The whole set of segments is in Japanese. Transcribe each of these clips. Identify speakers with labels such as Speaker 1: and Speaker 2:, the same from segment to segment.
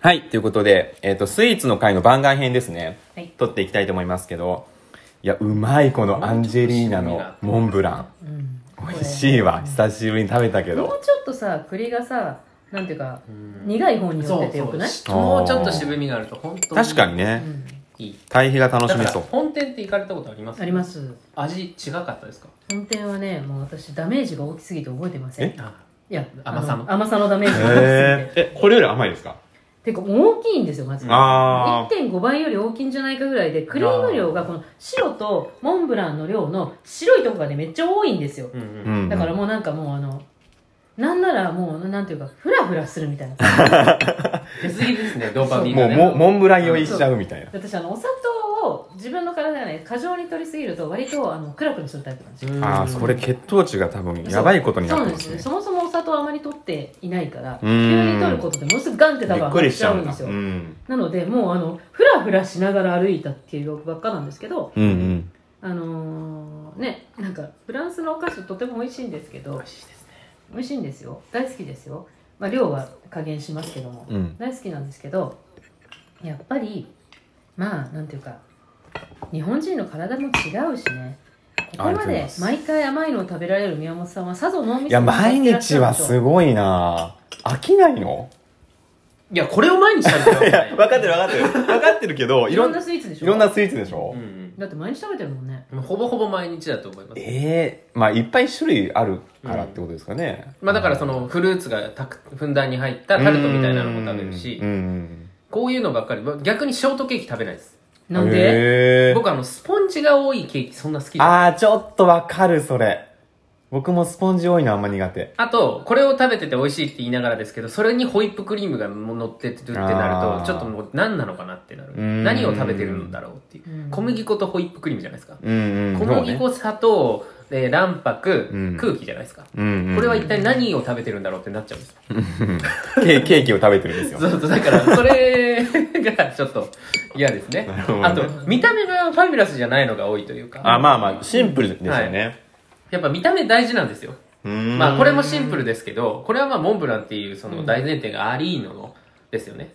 Speaker 1: はい、ということで、えっ、と、スイーツの回の番外編ですね。
Speaker 2: はい
Speaker 1: 撮っていきたいと思いますけど、いや、うまい、このアンジェリーナのモンブラ
Speaker 2: うん
Speaker 1: ン。美味しいわ、久しぶりに食べたけ
Speaker 2: も
Speaker 1: ど。
Speaker 2: うちょっとさ栗がさなんていうか苦い方に寄っててよくない
Speaker 1: あー
Speaker 3: もうちょっと渋みがあると本当に
Speaker 1: 確かにね、
Speaker 2: うん
Speaker 3: いい
Speaker 1: 対比が楽
Speaker 3: だ
Speaker 1: し
Speaker 3: か
Speaker 1: め
Speaker 3: ら
Speaker 1: そう。
Speaker 3: 本店って行かれたことあります
Speaker 2: あります
Speaker 3: 味違かったですか
Speaker 2: 本店はねもう私ダメージが大きすぎて覚えてません
Speaker 1: え
Speaker 2: いや
Speaker 3: 甘さの
Speaker 2: あ甘さのダメージが大きすぎ
Speaker 1: え
Speaker 2: て、
Speaker 1: ー、え、これより甘いですか
Speaker 2: てか大きいんですよまず
Speaker 1: あー
Speaker 2: 1.5倍より大きいんじゃないかぐらいでクリーム量がこの白とモンブランの量の白いとこがねめっちゃ多いんですよ
Speaker 3: うんう
Speaker 1: うんん。
Speaker 2: だからもうなんかもうあのなんならもうなんていうかフラフラするみたいな
Speaker 3: 出過ぎですねドーパミン
Speaker 1: も
Speaker 3: が
Speaker 1: う
Speaker 3: ね
Speaker 1: モ、モンブラン酔いしちゃうみたいな。
Speaker 2: 私あのお砂糖を自分の体がね過剰に取りすぎると割とあのクラクラするタイプなんですよ
Speaker 3: うん
Speaker 1: ああ、それ血糖値が多分やばいことにな
Speaker 2: そう
Speaker 1: ってま
Speaker 2: なんですす
Speaker 1: ね
Speaker 2: ね。そもそもお砂糖あまり取っていないから
Speaker 1: う
Speaker 2: 急
Speaker 1: ん
Speaker 2: に取ることでものすごくガンって多
Speaker 1: び
Speaker 2: 分
Speaker 1: っくりしちゃ
Speaker 2: 上
Speaker 1: うん
Speaker 2: がっ
Speaker 1: だ。
Speaker 2: ちゃ
Speaker 1: う
Speaker 2: うんですよ、
Speaker 1: ん。
Speaker 2: なのでもうあのフラフラしながら歩いたっていう記憶ばっかなんですけど
Speaker 1: うんうん。
Speaker 2: あのーねなんかフランスのお菓子とても美味しいんですけど
Speaker 3: 美味しいですね
Speaker 2: 美味しいんですよ大好きですよ、まあ、量は加減しますけども、
Speaker 1: うん。
Speaker 2: 大好きなんですけどやっぱりまあなんていうか日本人の体も違うしねここまで毎回甘いのを食べられる宮本さんはさぞ脳みそ
Speaker 1: いや、毎日はす
Speaker 2: い
Speaker 1: ごいな飽きないの
Speaker 3: いやこれを毎日食べて
Speaker 1: い
Speaker 3: る
Speaker 1: や、分かってる分かってる。分かってるけど、い
Speaker 2: い
Speaker 1: ろ
Speaker 2: ろ
Speaker 1: ん
Speaker 2: ん
Speaker 1: な
Speaker 2: な、スイーツでしょ
Speaker 1: いろんなスイーツでしょ、
Speaker 3: うん
Speaker 2: だって毎日食べてるもんね
Speaker 3: うんほぼほぼ毎日だと思います
Speaker 1: ええまあいっぱい種類あるからってことですかね。
Speaker 3: まあだからそのフルーツがたくふんだんに入ったタルトみたいなのも食べるし
Speaker 1: うんうん
Speaker 3: こういうのばっかり逆にショートケーキ食べないです
Speaker 1: うん。
Speaker 2: なんで、
Speaker 1: へえ
Speaker 3: 僕あのスポンジが多いケーキそんな好きじゃない
Speaker 1: ああ、ちょっとわかる、それ。僕もスポンジ多いのあんま苦手。
Speaker 3: あと、これを食べてて美味しいって言いながらですけど、それにホイップクリームが乗ってるってな
Speaker 1: あ
Speaker 3: る
Speaker 1: ー
Speaker 3: と、ちょっともう何なのかなってなる
Speaker 1: う。ん
Speaker 3: 何を食べてるんだろうっていうう。
Speaker 2: ん
Speaker 3: 小麦粉とホイップクリームじゃないですか。
Speaker 1: うんうん。
Speaker 3: 小麦粉、砂糖、えー卵白、
Speaker 1: うん
Speaker 3: 空気じゃないですか。
Speaker 1: そうね、うん、うん。
Speaker 3: これは一体何を食べてるんだろうってなっちゃうんです。
Speaker 1: ケーキケーキを食べてるんです
Speaker 3: そ
Speaker 1: よ。
Speaker 3: うそう、だから、それがちょっと嫌ですね
Speaker 1: なるほど。ね
Speaker 3: あと、見た目がファビュラスじゃないのが多いというか。
Speaker 1: あまあまあ、シンプルですよね。
Speaker 3: やっぱ見た目大事なんですよ。
Speaker 1: うーん。
Speaker 3: まあこれもシンプルですけど、これはまあモンブランっていうその大前提がありののですよね。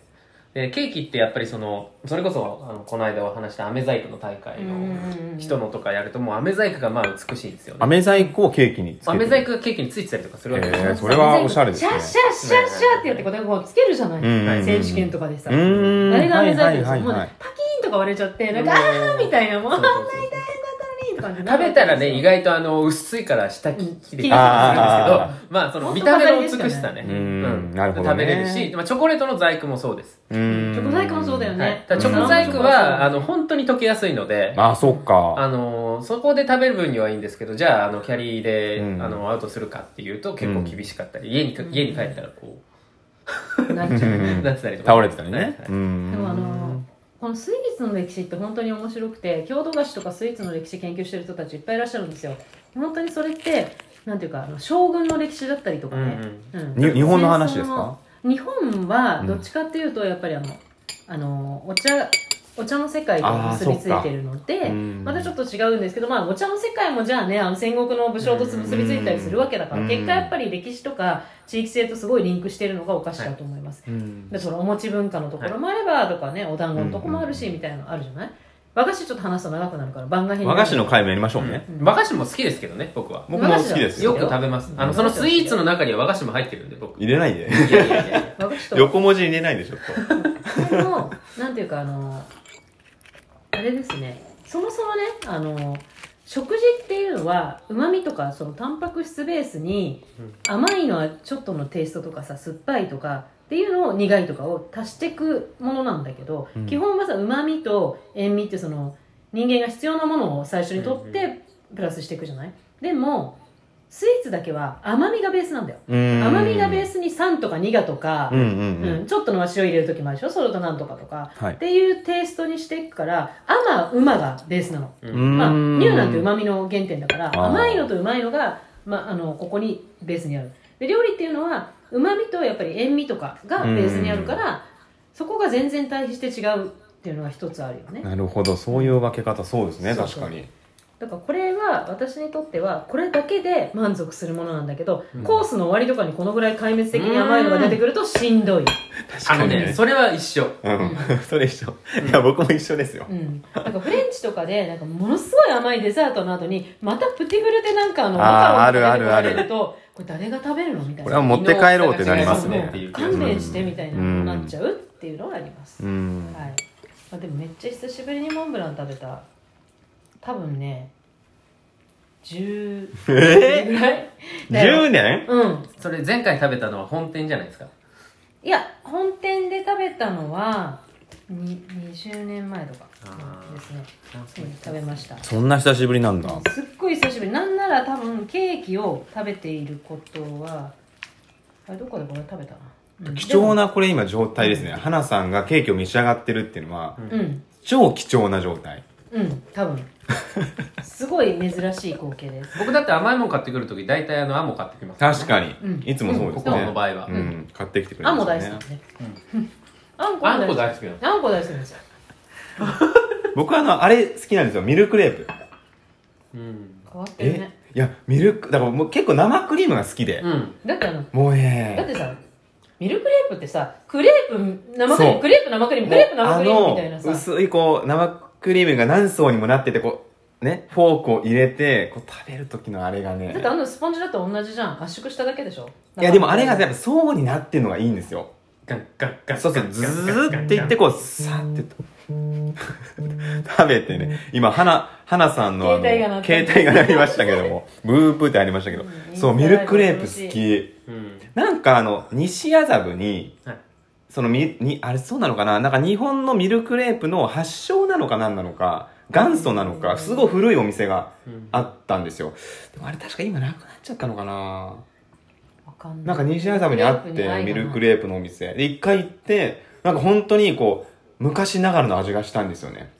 Speaker 3: で、ケーキってやっぱりその、それこそあのこの間お話したアメ細工の大会の人のとかやるともうアメ細工がまあ美しいんですよね。
Speaker 1: 飴細工をケーキにつけて
Speaker 3: アメ細工がケーキについてたりとかするわけです
Speaker 1: へ
Speaker 3: よ
Speaker 1: え。それはおしゃれですね
Speaker 2: シャッシャッシャッシャッってやってこうこうつけるじゃない、
Speaker 1: うんうん
Speaker 2: 選手権とかでさ、
Speaker 1: うーん。
Speaker 2: あれがアメ細工ですよ、
Speaker 1: はいはいはい
Speaker 2: も
Speaker 1: は
Speaker 2: う
Speaker 1: い
Speaker 2: ね。パキーンとか割れちゃってなんかあーみたいなもうあ
Speaker 3: そ
Speaker 2: ん
Speaker 3: う
Speaker 2: な
Speaker 3: そう
Speaker 2: に
Speaker 3: そう
Speaker 2: 大変だったのにとかってな
Speaker 3: 食
Speaker 2: る
Speaker 3: べたらね、意外とあの、薄いから下切り切りするんですけど、
Speaker 1: あ
Speaker 3: まあその見た目の美しさね。
Speaker 1: うんなるほどね
Speaker 3: 食べれるし、まあチョコレートの細工もそうです。
Speaker 1: うーん
Speaker 2: チョコ細工もそうだよね、
Speaker 3: はい、だからチョコ細工は、あの、本当に溶けやすいので、
Speaker 1: あ、そっか。
Speaker 3: あのーそこで食べる分にはいいんですけどじゃああのキャリーで、
Speaker 1: うん
Speaker 3: あのアウトするかっていうと結構厳しかったり、家にか家に帰ったらこ
Speaker 2: なっちゃう
Speaker 3: う、なってたりとか
Speaker 1: 倒れてたり
Speaker 3: はいは
Speaker 1: ね
Speaker 3: い。
Speaker 1: うん
Speaker 2: でもあのこのスイーツの歴史って本当に面白くて郷土菓子とかスイーツの歴史研究してる人たちいっぱいいらっしゃるんですよ本当にそれってなんていうかあの将軍の歴史だったりとか
Speaker 3: うんう
Speaker 2: ね、う
Speaker 3: ん
Speaker 2: ん
Speaker 1: に日本の話ですか
Speaker 2: 日本はどっちかっていうとやっぱりあの,、あのお茶お茶の世界と結びついてるので
Speaker 1: うん
Speaker 2: またちょっと違うんですけど、まあ、お茶の世界もじゃあねあの戦国の武将と結びついたりするわけだから
Speaker 1: うん
Speaker 2: 結果やっぱり歴史とか地域性とすごいリンクしてるのがお菓子だと思います、
Speaker 1: うん
Speaker 2: でそのお餅文化のところもあれば、とかねお団子のとこもあるし、みたいなのあるじゃない和菓子ちょっと話すと長くなるから番外編に
Speaker 1: 和菓子の回もやりましょうね。
Speaker 3: うん和菓子も好きですけどね僕は
Speaker 1: 僕も好きです
Speaker 3: よく食べますあのそのスイーツの中には和菓子も入ってるんで僕
Speaker 1: 入れないで。
Speaker 3: いやいや いや
Speaker 2: 和菓子と
Speaker 1: 横文字入れないでしょ、
Speaker 2: これもなんていうかあのあれですねそもそもねあの食事っていうのはうまみとかそのタンパク質ベースに甘いのはちょっとのテイストとかさ酸っぱいとかっていうのを苦いとかを足していくものなんだけど、
Speaker 1: うん
Speaker 2: 基本はさうまみと塩味ってその人間が必要なものを最初に取っ
Speaker 3: うん
Speaker 2: てプラスしていくじゃないでもスイーツだけは甘みがベースなんだよ甘
Speaker 1: 甘
Speaker 2: みがベースに酸とか苦とか、
Speaker 1: うんうんう。
Speaker 2: うんん、ちょっとの足を入れる時もあるでしょそれとなんとかとか
Speaker 1: はい
Speaker 2: っ。ていうテイストにしていくから甘馬がベースなの、
Speaker 3: う
Speaker 2: まあ、乳なんてう
Speaker 1: ま
Speaker 2: まみの原点だから
Speaker 1: ー
Speaker 2: 甘いのとうまいのが、まあ、あのここにベースにあるで料理っていうのはうまみとやっぱり塩味とかがベースにあるからそこが全然対比して違うっていうのが一つあるよね
Speaker 1: なるほど、そういう分け方、そうですね、
Speaker 2: そう
Speaker 1: 確
Speaker 2: そう
Speaker 1: かに。
Speaker 2: だからこれは私にとってはこれだけで満足するものなんだけど、
Speaker 3: うん
Speaker 2: コースの終わりとかにこのぐらい壊滅的に甘いのが出てくるとしんどい、
Speaker 3: あのね、それは一緒。
Speaker 1: うん、 それ一緒。いや、僕も一緒ですよ
Speaker 2: う。ん、なんかフレンチとかでなんかものすごい甘いデザートの後にまたプティグルでなんかあの
Speaker 1: あー
Speaker 2: マカロンとか
Speaker 1: あるある
Speaker 2: 出てこられるとこれ誰が食べるのみたい
Speaker 1: これは
Speaker 2: な
Speaker 1: 持って帰ろうってなります
Speaker 2: そう
Speaker 1: ね
Speaker 2: そう。勘弁してみたいな
Speaker 1: うん
Speaker 2: なっちゃうっていうのはあります、
Speaker 1: うん。
Speaker 2: はいまあ、でもめっちゃ久しぶりにモンブラン食べた多分ね10
Speaker 1: え
Speaker 2: ぐらいだよ
Speaker 1: ?10 年
Speaker 2: うん
Speaker 3: それ前回食べたのは本店じゃないですか。
Speaker 2: いや本店で食べたのはに20年前とか
Speaker 3: あー
Speaker 2: ですね、うん食べました
Speaker 1: そんな久しぶりなんだ。
Speaker 2: すっごい久しぶりなんなら多分ケーキを食べていることはあれどこでこれ食べたな、うん
Speaker 1: 貴重なこれ今状態ですね。花さんがケーキを召し上がってるっていうのは、
Speaker 2: でもうん
Speaker 1: 超貴重な状態。
Speaker 2: うん多分すごい珍しい光景です
Speaker 3: 僕だって甘いもん買ってくるとき、大体あの、アモ買ってきます。
Speaker 1: 確かに
Speaker 2: うん。
Speaker 1: いつもそうで
Speaker 3: こ
Speaker 1: す
Speaker 3: この
Speaker 1: ね。
Speaker 3: 場合は。
Speaker 1: う
Speaker 2: うん
Speaker 1: ん。買ってきてくれ
Speaker 2: あ
Speaker 1: ますよ
Speaker 2: んこ大好きな
Speaker 1: ね
Speaker 2: ん。で、あんこ
Speaker 3: あんこ
Speaker 2: 大
Speaker 3: 大
Speaker 2: 好
Speaker 3: 好きなの
Speaker 2: き。あんこ大好きなんですよ
Speaker 1: 僕はあの、あれ好きなんですよ。ミルクレープ。
Speaker 3: うん。
Speaker 2: 変わってる
Speaker 1: え
Speaker 2: ね
Speaker 1: いや、ミルク、だからもう結構生クリームが好きで
Speaker 3: う。ん。
Speaker 2: だってあの
Speaker 1: もう
Speaker 2: だっ
Speaker 1: ね、
Speaker 2: てさミルクレープってさクレープ生クリー
Speaker 1: そ
Speaker 2: ム
Speaker 1: う
Speaker 2: クレープ生クリームクレープ生クリームみたいな
Speaker 1: あの
Speaker 2: さ
Speaker 1: 薄いこう、生クリームが何層にもなってて、こう、ね、フォークを入れて、こう食べる時のあれがね
Speaker 2: だっ。てあのスポンジだと同じじゃん圧縮しただけでしょ
Speaker 1: いや、でもあれがや
Speaker 2: 全
Speaker 1: っ
Speaker 2: 部
Speaker 1: ぱ層になってるのがいいんですよ。
Speaker 3: ガンガンガン。
Speaker 1: そうそう、ズーっていって、こう、さーってと食べてね。今、花、花さんの、あの
Speaker 2: 携帯が鳴った
Speaker 1: 携帯が鳴りましたけども、ブーブーってありましたけど
Speaker 2: う、ん
Speaker 1: そう、ミルクレープ好
Speaker 2: 恐
Speaker 1: き。
Speaker 3: うん。
Speaker 1: なんかあの、西麻布に、
Speaker 3: はい
Speaker 1: そのみ、に、あれそうなのかななんか日本のミルクレープの発祥なのかなんなのか、元祖なの
Speaker 2: う
Speaker 1: か、
Speaker 2: ん
Speaker 1: すごい古いお店が
Speaker 3: うん
Speaker 1: あったんですよ。でもあれ確か今なくなっちゃったのかな
Speaker 2: わかんな
Speaker 1: ないんか西麻布にあっ
Speaker 2: クレープに愛
Speaker 1: て、
Speaker 2: が
Speaker 1: ミルク
Speaker 2: ー
Speaker 1: レープのお店。で、一回行って、なんか本当にこう、昔ながらの味がしたんですよね。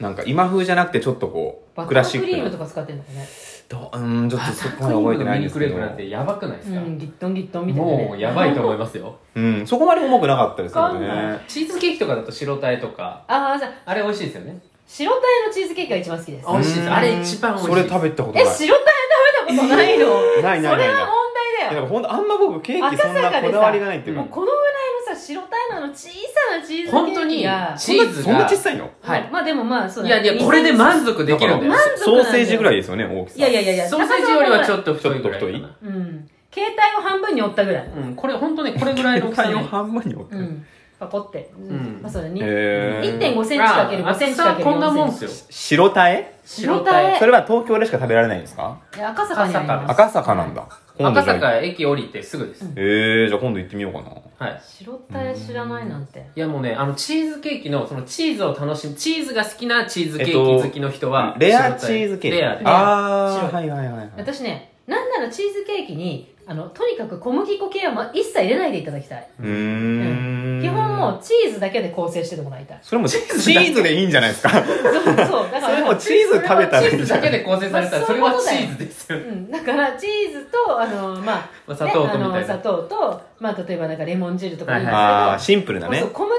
Speaker 1: なんか今風じゃなくてちょっとこう、
Speaker 2: バ
Speaker 1: ク
Speaker 2: タ
Speaker 1: ラ
Speaker 2: ー
Speaker 1: シ
Speaker 2: クリー
Speaker 1: ッ
Speaker 2: ム
Speaker 1: ク
Speaker 2: と
Speaker 1: な。
Speaker 2: か使ってんのかね
Speaker 1: どううん、ちょっとそこまで覚えてないん
Speaker 3: ミ
Speaker 1: で
Speaker 3: ル
Speaker 1: す
Speaker 3: ク
Speaker 1: け
Speaker 3: レー
Speaker 1: ど
Speaker 3: プ。なんてやばくないですか
Speaker 2: うんギットンギットンみたいなね
Speaker 3: もうやばいと思いますよ。
Speaker 1: うん、そこまで重くなかったですよ
Speaker 2: わかんな
Speaker 1: ね。
Speaker 3: チーズケーキとかだと白タイとか、
Speaker 2: ああじゃあ
Speaker 3: あれ美味しいですよね。
Speaker 2: 白鯛のチーズケーキが一番好きです
Speaker 3: あ美味しいです
Speaker 1: うん
Speaker 3: あれ一番美味しい
Speaker 1: それ食べたことな
Speaker 2: え
Speaker 1: い。
Speaker 2: 白鯛食べたことないの、
Speaker 1: えーないないないない
Speaker 2: それは問題
Speaker 1: いや
Speaker 2: だ
Speaker 1: だ
Speaker 2: よ
Speaker 1: から本当あんま僕ケーキそんなこだわりがないっていう
Speaker 2: もう
Speaker 1: か
Speaker 2: このぐらいのさ白鯛のあの小さなチーズケ
Speaker 3: 本当
Speaker 2: ー
Speaker 3: に
Speaker 2: キが、
Speaker 3: チーズ
Speaker 1: そんな
Speaker 3: が
Speaker 1: 小。さいの
Speaker 3: はい。
Speaker 2: まあでもまあそう
Speaker 3: い
Speaker 2: だ
Speaker 3: や
Speaker 2: ね
Speaker 3: いや、これで満足できるんだよ
Speaker 2: 満。足
Speaker 1: ソ
Speaker 2: なんだよ
Speaker 1: ーセージぐらいですよね大きさ
Speaker 2: いやいやいやいや
Speaker 3: ソーセージよりはち
Speaker 2: っ
Speaker 3: ょっと太いぐらいか
Speaker 1: ちょっと
Speaker 3: な。
Speaker 2: とうん携帯を半分に折ったぐらい
Speaker 3: うん、これ本当ね、これぐらいの大きさ
Speaker 1: 体を
Speaker 3: ね。
Speaker 1: 半分に折って
Speaker 2: う
Speaker 1: る
Speaker 2: んパコって、うん
Speaker 3: うん
Speaker 2: まあそうだね、
Speaker 1: へー
Speaker 2: 1.5センチかける5センチかける4センチ
Speaker 3: こんなもんっすよ。
Speaker 1: 白タエ
Speaker 2: 白鯛
Speaker 1: それは東京でしか食べられないんですか
Speaker 2: いや赤坂にあります
Speaker 1: 赤坂なんだ今度
Speaker 3: 赤
Speaker 1: じゃあ
Speaker 3: 坂駅降りてすぐです。
Speaker 1: えー、じゃあ今度行ってみようかな
Speaker 3: はい。
Speaker 2: 白鯛知らないなんて
Speaker 3: いやもうね、あの、チーズケーキの、そのチーズを楽しむ、チーズが好きなチーズケーキ好きの人は、
Speaker 1: レアチーズケーキ
Speaker 3: レアで。
Speaker 1: ああ
Speaker 2: 白
Speaker 1: はいはいはいはい
Speaker 2: 私ねなんならチーズケーキにあのとにかく小麦粉系はま一切入れないでいただきたいう
Speaker 1: ーん
Speaker 2: 基本もうチーズだけで構成してもらい たい
Speaker 1: それもチーズでいいんじゃない ですか
Speaker 2: そうそうだから
Speaker 1: それもチーズ食べたらい
Speaker 3: チ
Speaker 1: い
Speaker 3: ー
Speaker 1: ん
Speaker 3: ズ
Speaker 1: じゃ
Speaker 3: だ
Speaker 1: な
Speaker 3: け
Speaker 1: い
Speaker 3: で構成されたら、それはチーズですよ。
Speaker 2: うん、だからチーズとあのまあ
Speaker 3: まあ砂糖と
Speaker 2: ねあの
Speaker 3: みたいな
Speaker 2: 砂糖とまあ例えばなんかレモン汁とかいいんですけど、
Speaker 3: はい
Speaker 1: ああシンプルだ
Speaker 2: そ
Speaker 1: ね
Speaker 2: う小麦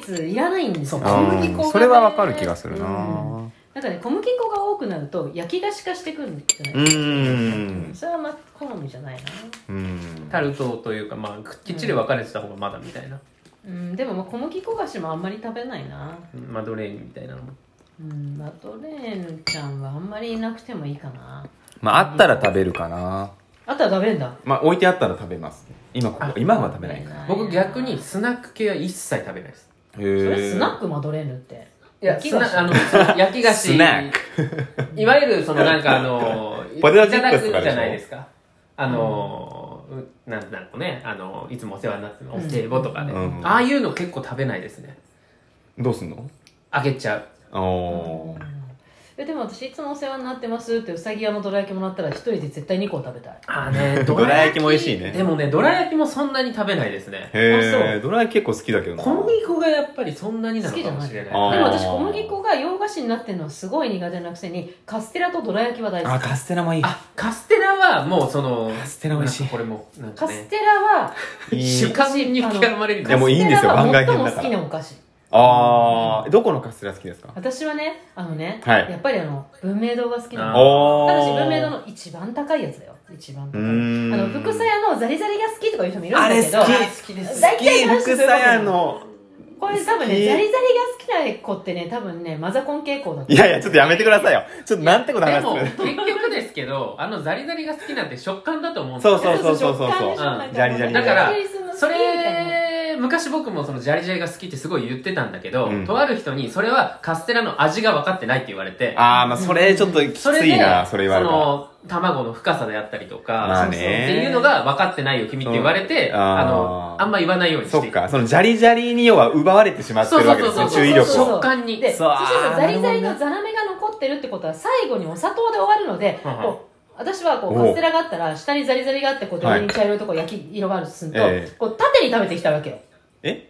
Speaker 2: 粉率いらないんですよ
Speaker 3: そう小麦粉がね
Speaker 1: うんそれはわかる気がするな
Speaker 2: うなんかね小麦粉が多くなると焼き菓子化してくるんじゃない、
Speaker 1: うーん
Speaker 2: それはまあ好みじゃないな
Speaker 1: うん
Speaker 3: タルトというか、まあ、きっちり分かれてた方がまだみたいな。
Speaker 2: うんでもまあ小麦粉菓子もあんまり食べないな
Speaker 3: うんマドレーヌみたいなのも。
Speaker 2: うんマドレーヌちゃんはあんまりいなくてもいいかな
Speaker 1: まああったら食べるかな
Speaker 2: あとは食べんだ
Speaker 1: まあ置いてあったら食べます今ここ
Speaker 3: あ
Speaker 1: 今は食べないかなへ
Speaker 3: 僕逆にスナック系は一切食べないです。
Speaker 2: それ
Speaker 1: え
Speaker 2: スナックマドレーヌって
Speaker 3: いや、
Speaker 2: 焼
Speaker 3: ス
Speaker 2: き菓
Speaker 3: ナ
Speaker 2: 子
Speaker 3: あの、その焼き菓子。
Speaker 1: スナッ
Speaker 3: いわゆる、そのなんかあの、い
Speaker 1: ポテトチ
Speaker 3: た
Speaker 1: ッ
Speaker 3: だ
Speaker 1: プ
Speaker 3: く
Speaker 1: ス
Speaker 3: じ
Speaker 1: とかでしょ
Speaker 3: ゃないですか。あの、うなんなんかね、あの、いつもお世話になってるお歳暮とかね、
Speaker 1: うん
Speaker 3: ああいうの結構食べないですね。
Speaker 1: どうすんの
Speaker 3: あげちゃう。
Speaker 1: おー
Speaker 2: えでも私いつもお世話になってますってうさぎ屋のどら焼きもらったら一人で絶対2個食べたい
Speaker 3: ああ ね、
Speaker 1: どら焼きも美味しいね
Speaker 3: でもね、どら焼きもそんなに食べないですね。
Speaker 1: へえドライ結構好きだけどな
Speaker 3: 小麦粉がやっぱりそんなに
Speaker 2: 好
Speaker 3: なの
Speaker 2: きじ
Speaker 3: か
Speaker 2: ゃ
Speaker 3: も
Speaker 2: ない
Speaker 3: しれ
Speaker 2: で
Speaker 3: ない。
Speaker 1: あー
Speaker 2: も私小麦粉が洋菓子になってるのはすごい苦手なくせにカステラとどら焼きは大
Speaker 1: あ
Speaker 2: 好き
Speaker 1: カステラもいい
Speaker 3: あ、カステラはもうその、
Speaker 1: カステラ美味しい
Speaker 3: なんかこれも、なんか
Speaker 2: カス
Speaker 3: ね、
Speaker 2: テラはい
Speaker 1: い
Speaker 3: 主観に
Speaker 2: あの
Speaker 3: 極まれる
Speaker 1: いやもういいんですよ
Speaker 2: カステラは
Speaker 1: 番外編だから
Speaker 2: 最も好きなお菓子
Speaker 1: あー、どこのカステラ好きですか
Speaker 2: 私はねあのね、
Speaker 1: はい
Speaker 2: やっぱりあの文明堂が好きな
Speaker 3: あ
Speaker 2: の
Speaker 1: お
Speaker 2: た
Speaker 1: ー。
Speaker 2: だし文明堂の一番高いやつだよ一番高いあ
Speaker 1: うーん
Speaker 2: の福さやのザリザリが好きとかいう人もいるん
Speaker 1: あ
Speaker 2: だ
Speaker 1: れ
Speaker 2: けど
Speaker 1: 好き
Speaker 3: 好きで
Speaker 2: 大
Speaker 1: 好
Speaker 2: 体
Speaker 1: き、
Speaker 2: 男子
Speaker 1: 福
Speaker 2: そういうこと
Speaker 1: さ
Speaker 2: な
Speaker 1: や
Speaker 2: の
Speaker 1: の。
Speaker 2: これ多
Speaker 1: 好き
Speaker 2: 分ねザリザリが好きな子ってね多分ねマザコン傾向だと
Speaker 1: いやいや、ちょっとやめてくださいよ。ちょっとなんてこと
Speaker 3: で
Speaker 1: 話
Speaker 3: も
Speaker 1: す
Speaker 3: 結局ですけどあのザリザリが好きなんて食感だと思うんです
Speaker 1: そ
Speaker 3: よ
Speaker 1: うそうそうそうそう
Speaker 2: 食感でし
Speaker 1: そ
Speaker 2: ょ
Speaker 1: う。
Speaker 2: なんか
Speaker 1: ジャリジャリ
Speaker 3: だからそ
Speaker 2: みたいな
Speaker 3: れ昔僕もそのジャリジャリが好きってすごい言ってたんだけど、
Speaker 1: うん
Speaker 3: とある人にそれはカステラの味が分かってないって言われて
Speaker 1: あー、まあそれちょっときつ
Speaker 3: それで
Speaker 1: いな、それ言われたら。
Speaker 3: その卵の深さであったりとか、
Speaker 1: まあね
Speaker 3: そうそうっていうのが分かってないよ君って言われて
Speaker 1: そう
Speaker 3: あ
Speaker 1: あー
Speaker 3: のあんま言わないようにして
Speaker 1: そっか、そのジャリジャリに要は奪われてしまってるわけです
Speaker 3: そう
Speaker 1: ね、
Speaker 3: そうそうそう
Speaker 1: 注意力を。
Speaker 3: 食感に
Speaker 2: でそ
Speaker 1: そう
Speaker 2: して
Speaker 1: あー
Speaker 2: ザリザリ
Speaker 1: なるほどね
Speaker 2: のザラメが残ってるってことは最後にお砂糖で終わるので、
Speaker 3: はいはい
Speaker 2: こう私はこう
Speaker 1: おう
Speaker 2: カステラがあったら下にザリザリがあってこう
Speaker 1: は
Speaker 2: 上
Speaker 1: い
Speaker 2: に茶色いとこ焼き色があるとすると、
Speaker 1: ええ
Speaker 2: こう縦に食べてきたわけよ
Speaker 1: え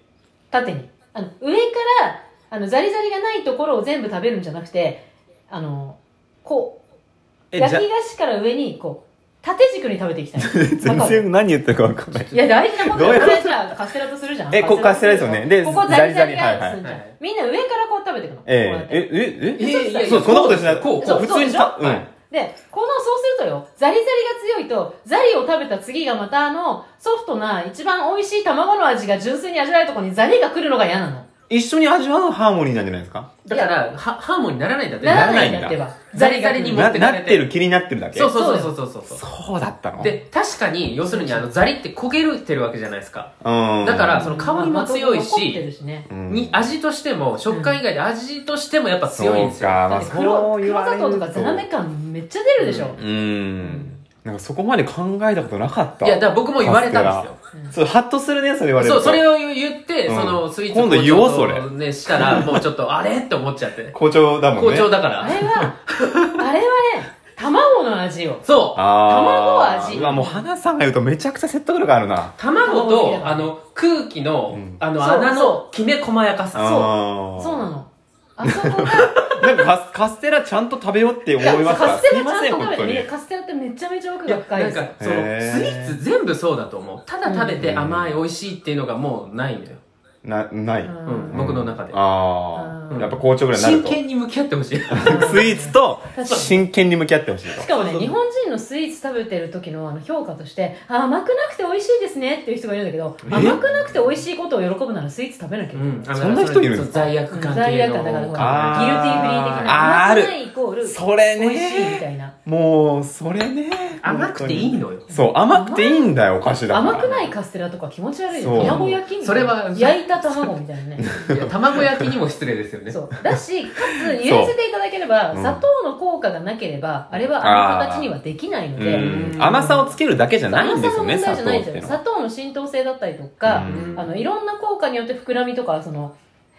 Speaker 2: 縦にあの上からあのザリザリがないところを全部食べるんじゃなくてあのこう
Speaker 1: え、
Speaker 2: 焼
Speaker 1: じゃ
Speaker 2: き、菓子から上にこう縦軸に食べてき た
Speaker 1: 全然何言ってるかわかんない。
Speaker 2: いや、大事なこと
Speaker 1: どういう
Speaker 2: よ。
Speaker 1: こ
Speaker 2: ことれじゃあカステラとするじゃん。
Speaker 1: えここカステラですよねで
Speaker 2: ここザリザ
Speaker 1: ザリ
Speaker 2: リ
Speaker 1: ザリ
Speaker 2: が
Speaker 1: はい
Speaker 2: すんじゃん
Speaker 3: はいはい。
Speaker 2: みんな上からこう食べていくの。こうや
Speaker 1: え
Speaker 2: っ
Speaker 1: え
Speaker 2: て
Speaker 1: え、え、え、
Speaker 3: いやいや
Speaker 1: そうそんなことしない
Speaker 3: こう
Speaker 2: そ
Speaker 3: こ
Speaker 2: う
Speaker 3: う
Speaker 1: 普通にた
Speaker 2: そう
Speaker 1: う
Speaker 2: でしょ
Speaker 1: ん
Speaker 2: で、この、そうするとよ、ザリザリが強いと、ザリを食べた次がまたあの、ソフトな、一番美味しい卵の味が純粋に味わえるとこにザリが来るのが嫌なの。
Speaker 1: 一緒に味わうハーモニーなんじゃないですか
Speaker 3: だからはハーモニーにならないんだって
Speaker 2: ならない
Speaker 1: ん
Speaker 2: ん
Speaker 1: だ
Speaker 2: だってば。
Speaker 3: ザリザリに持
Speaker 1: な
Speaker 3: ってか
Speaker 1: な
Speaker 3: れ
Speaker 1: っててる気になってるだけ
Speaker 3: そうそうそうそうそうそう
Speaker 1: そうだったの
Speaker 3: で確かに要するにあのザリって焦げるってるわけじゃないですか
Speaker 1: うん
Speaker 3: だからその香りも強い
Speaker 2: 残って
Speaker 3: し
Speaker 2: るしね。
Speaker 1: うん
Speaker 3: に味としても食感以外で味としてもやっぱ強いんです
Speaker 1: そう
Speaker 3: よ
Speaker 1: か
Speaker 2: だ
Speaker 1: まあ
Speaker 2: って黒、
Speaker 1: そう言
Speaker 2: 黒
Speaker 1: われ
Speaker 2: 砂
Speaker 1: る
Speaker 2: 糖とかザラメ感めっちゃ出るでしょ。
Speaker 1: うんなんかそこまで考えたことなかった
Speaker 3: いやだから僕も言われたんです
Speaker 1: そ
Speaker 3: よ
Speaker 1: うハッとするねそれ言われる
Speaker 3: そ
Speaker 1: と
Speaker 3: うそれを言って、
Speaker 1: うん
Speaker 3: そのスイーツ
Speaker 1: 今度言おうそれ
Speaker 3: 校長とねし たらもうちょっとあれって思っちゃって
Speaker 1: 校長だもんね
Speaker 3: 校長だか
Speaker 2: あ
Speaker 3: ら
Speaker 2: れは、あれはね、卵の味よ。
Speaker 3: そ
Speaker 1: 卵
Speaker 3: う
Speaker 2: は味
Speaker 1: うわもう花さんが言うとめちゃくちゃ説得力あるな
Speaker 3: 卵
Speaker 2: 卵入れ
Speaker 3: と
Speaker 2: た
Speaker 3: あの空気の、
Speaker 1: うん
Speaker 3: あの
Speaker 2: そう
Speaker 3: 穴のきめ細やかさ
Speaker 1: そ
Speaker 2: そうなの。あそこが、
Speaker 1: なんかカスカステラちゃんと食べようって思
Speaker 2: いや
Speaker 1: いました
Speaker 2: カステ
Speaker 1: す
Speaker 2: ラ
Speaker 1: いま
Speaker 2: ち
Speaker 1: せ
Speaker 2: ゃ
Speaker 1: ん
Speaker 2: ん
Speaker 1: 本
Speaker 2: と食
Speaker 1: 当に
Speaker 2: べてみんなカステラってめちゃめちゃ奥
Speaker 3: い
Speaker 2: が
Speaker 3: や
Speaker 2: 深い
Speaker 3: な
Speaker 2: で
Speaker 3: ん
Speaker 2: すよ
Speaker 3: かそのスイ
Speaker 1: へー
Speaker 3: ーツ全部そうだと思うただ食べて甘い美味しいっていうのがもうないのよ、
Speaker 1: なない、
Speaker 2: うん
Speaker 3: うん僕の中で
Speaker 1: あ
Speaker 3: うん
Speaker 1: あやっぱ校長ぐらいになる
Speaker 3: 真
Speaker 1: と
Speaker 3: 剣に向き合ってほ しい
Speaker 1: スイーツと
Speaker 2: 確かに
Speaker 1: 真剣に向き合ってほしいと
Speaker 2: しかもね日本人のスイーツ食べてる時のあの評価としてあ甘くなくて美味しいですねっていう人がいるんだけど
Speaker 1: え
Speaker 2: 甘くなくて美味しいことを喜ぶならスイーツ食べなきゃいけない、
Speaker 1: そんな人いるんですか
Speaker 3: 罪悪感って
Speaker 2: 罪
Speaker 3: いう
Speaker 2: 悪
Speaker 3: のを
Speaker 2: 感だからほ
Speaker 1: あ
Speaker 2: ら
Speaker 1: ー
Speaker 2: ギルティーフリー的
Speaker 1: あ
Speaker 2: な
Speaker 1: ーある
Speaker 2: 甘くないイコール
Speaker 1: それね
Speaker 2: 美味しいみたいな
Speaker 1: もうそれね
Speaker 3: 甘くていいのよ
Speaker 1: そう甘くていいんだよお菓子だから
Speaker 2: 甘くないカステラとか気持ち悪い
Speaker 1: そう
Speaker 2: よ卵焼きみたいな
Speaker 3: それは
Speaker 2: 焼いた卵みたいな ね
Speaker 3: いや卵焼きにも失礼ですよね
Speaker 2: そうだしかつ許していただければ
Speaker 1: そううん
Speaker 2: 砂糖の効果がなければあれはあの形にはできないので、
Speaker 1: うん甘さをつけるだけじゃないんですよね砂糖
Speaker 2: 甘さの問題じゃない
Speaker 1: っ
Speaker 2: んです
Speaker 1: ての
Speaker 2: よ砂
Speaker 1: は
Speaker 2: 糖の浸透性だったりとか、
Speaker 1: うん
Speaker 2: あのいろんな効果によって膨らみとかその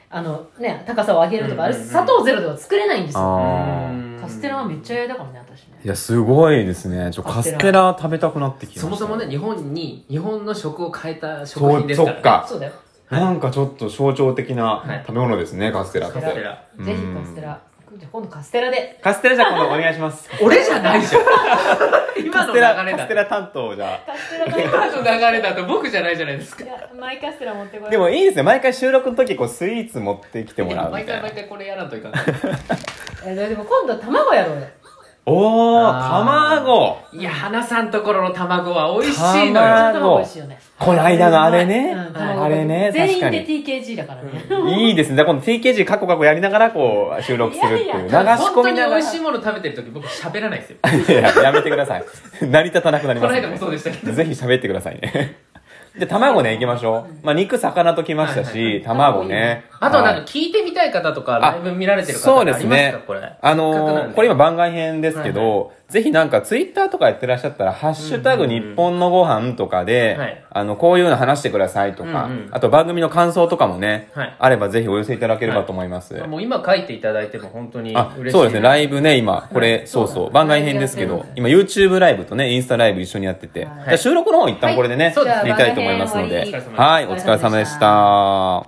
Speaker 2: あの、ね、高さを上げるとか、
Speaker 3: うん
Speaker 2: あれ砂糖ゼロでは作れないんですよ
Speaker 1: あー
Speaker 3: うん
Speaker 2: カステラはめっちゃ嫌いだからね私ね
Speaker 1: いやすごいですねちょ
Speaker 2: カ
Speaker 1: カ
Speaker 2: ステラ
Speaker 1: ステラ食べたくなってきました
Speaker 3: そもそもね日本に日本の食を変えた食
Speaker 1: そ
Speaker 3: 品
Speaker 1: う
Speaker 3: ですか
Speaker 1: そ
Speaker 3: ら、
Speaker 1: っか
Speaker 2: そうだよ
Speaker 1: なんかちょっと象徴的
Speaker 3: はい
Speaker 1: な食べ物ですねカステラっ
Speaker 3: カ
Speaker 1: て
Speaker 3: ステラ
Speaker 1: うん
Speaker 2: ぜひカステラじゃあ今度カステラで
Speaker 1: カステラじゃあ今度お願いします
Speaker 3: 俺じゃないじゃん 今
Speaker 1: カ
Speaker 3: の
Speaker 1: ステ
Speaker 3: 流れ
Speaker 1: ラ
Speaker 3: だ
Speaker 1: カステラ担当じゃ
Speaker 2: カステラで
Speaker 3: 今の流れだと僕じゃないじゃないですか
Speaker 2: いやマイカステラ持ってこい
Speaker 1: あでもいいですね毎回収録の時こうスイーツ持ってきてもらうみ
Speaker 3: 毎
Speaker 1: た
Speaker 3: 回
Speaker 1: いな
Speaker 3: 毎回これやらんといかん
Speaker 2: えでも今度は卵やろうよ
Speaker 1: おー
Speaker 3: あー
Speaker 1: 卵
Speaker 3: いや花さんところの卵は美味しいのよ
Speaker 1: 卵
Speaker 2: 卵美味しいよね
Speaker 1: この間のあれね
Speaker 2: うん卵
Speaker 1: あれね
Speaker 2: 全
Speaker 1: 確
Speaker 2: 員
Speaker 1: か
Speaker 2: で
Speaker 1: に
Speaker 2: TKG だからね、
Speaker 1: いいですねじゃあこの TKG カッコカッコやりながらこう収録するっていう
Speaker 2: いやいや
Speaker 1: 流し込
Speaker 3: 本当
Speaker 1: み
Speaker 3: に
Speaker 1: な
Speaker 3: 美
Speaker 1: がら
Speaker 3: 味しいもの食べてる時僕喋らないですよ
Speaker 1: いややめてください 成り立たなくなり
Speaker 3: この
Speaker 1: ますんで
Speaker 3: 間もそうでしたけど
Speaker 1: ぜひ喋ってくださいね。で、卵ね、いきましょう。まあ、肉、魚ときました
Speaker 3: はいはいは
Speaker 1: し、卵ね。
Speaker 3: あとなん
Speaker 1: はい
Speaker 3: か聞いてみたい方とか
Speaker 1: あ
Speaker 3: ライブ見られてる方
Speaker 1: そう
Speaker 3: って
Speaker 1: で
Speaker 3: あ
Speaker 1: す
Speaker 3: ります
Speaker 1: ね
Speaker 3: かこれ。
Speaker 1: あ
Speaker 3: せっかくな
Speaker 1: の
Speaker 3: ん
Speaker 1: ー、
Speaker 3: で
Speaker 1: これ今番外編ですけ
Speaker 3: は
Speaker 1: ど、ぜひなんかツイッターとかやってらっしゃったら、ハッシュタグ日本のご飯とか
Speaker 3: は
Speaker 1: で
Speaker 3: い、
Speaker 1: あの、こういうの話してくださいと
Speaker 3: う
Speaker 1: か
Speaker 3: んうん、
Speaker 1: あと番組の感想とかもね
Speaker 3: はい、
Speaker 1: あればぜひお寄せいただければと思います。
Speaker 3: もう今書いていただいても本当に嬉
Speaker 1: あ
Speaker 3: しい。
Speaker 1: そうですね、ライブね、今、これ、そうそう、番外編ですけ
Speaker 2: ライ
Speaker 1: ど
Speaker 2: ブ、
Speaker 1: 今 YouTube ライブとね、インスタライブ一緒にやってて、
Speaker 2: はい
Speaker 1: じゃあ収録の方一旦これでね、
Speaker 2: はい
Speaker 1: やりたいと思いますの
Speaker 2: じ
Speaker 1: で
Speaker 3: ゃあ番外編終わり、
Speaker 1: はい、お疲れ様でした。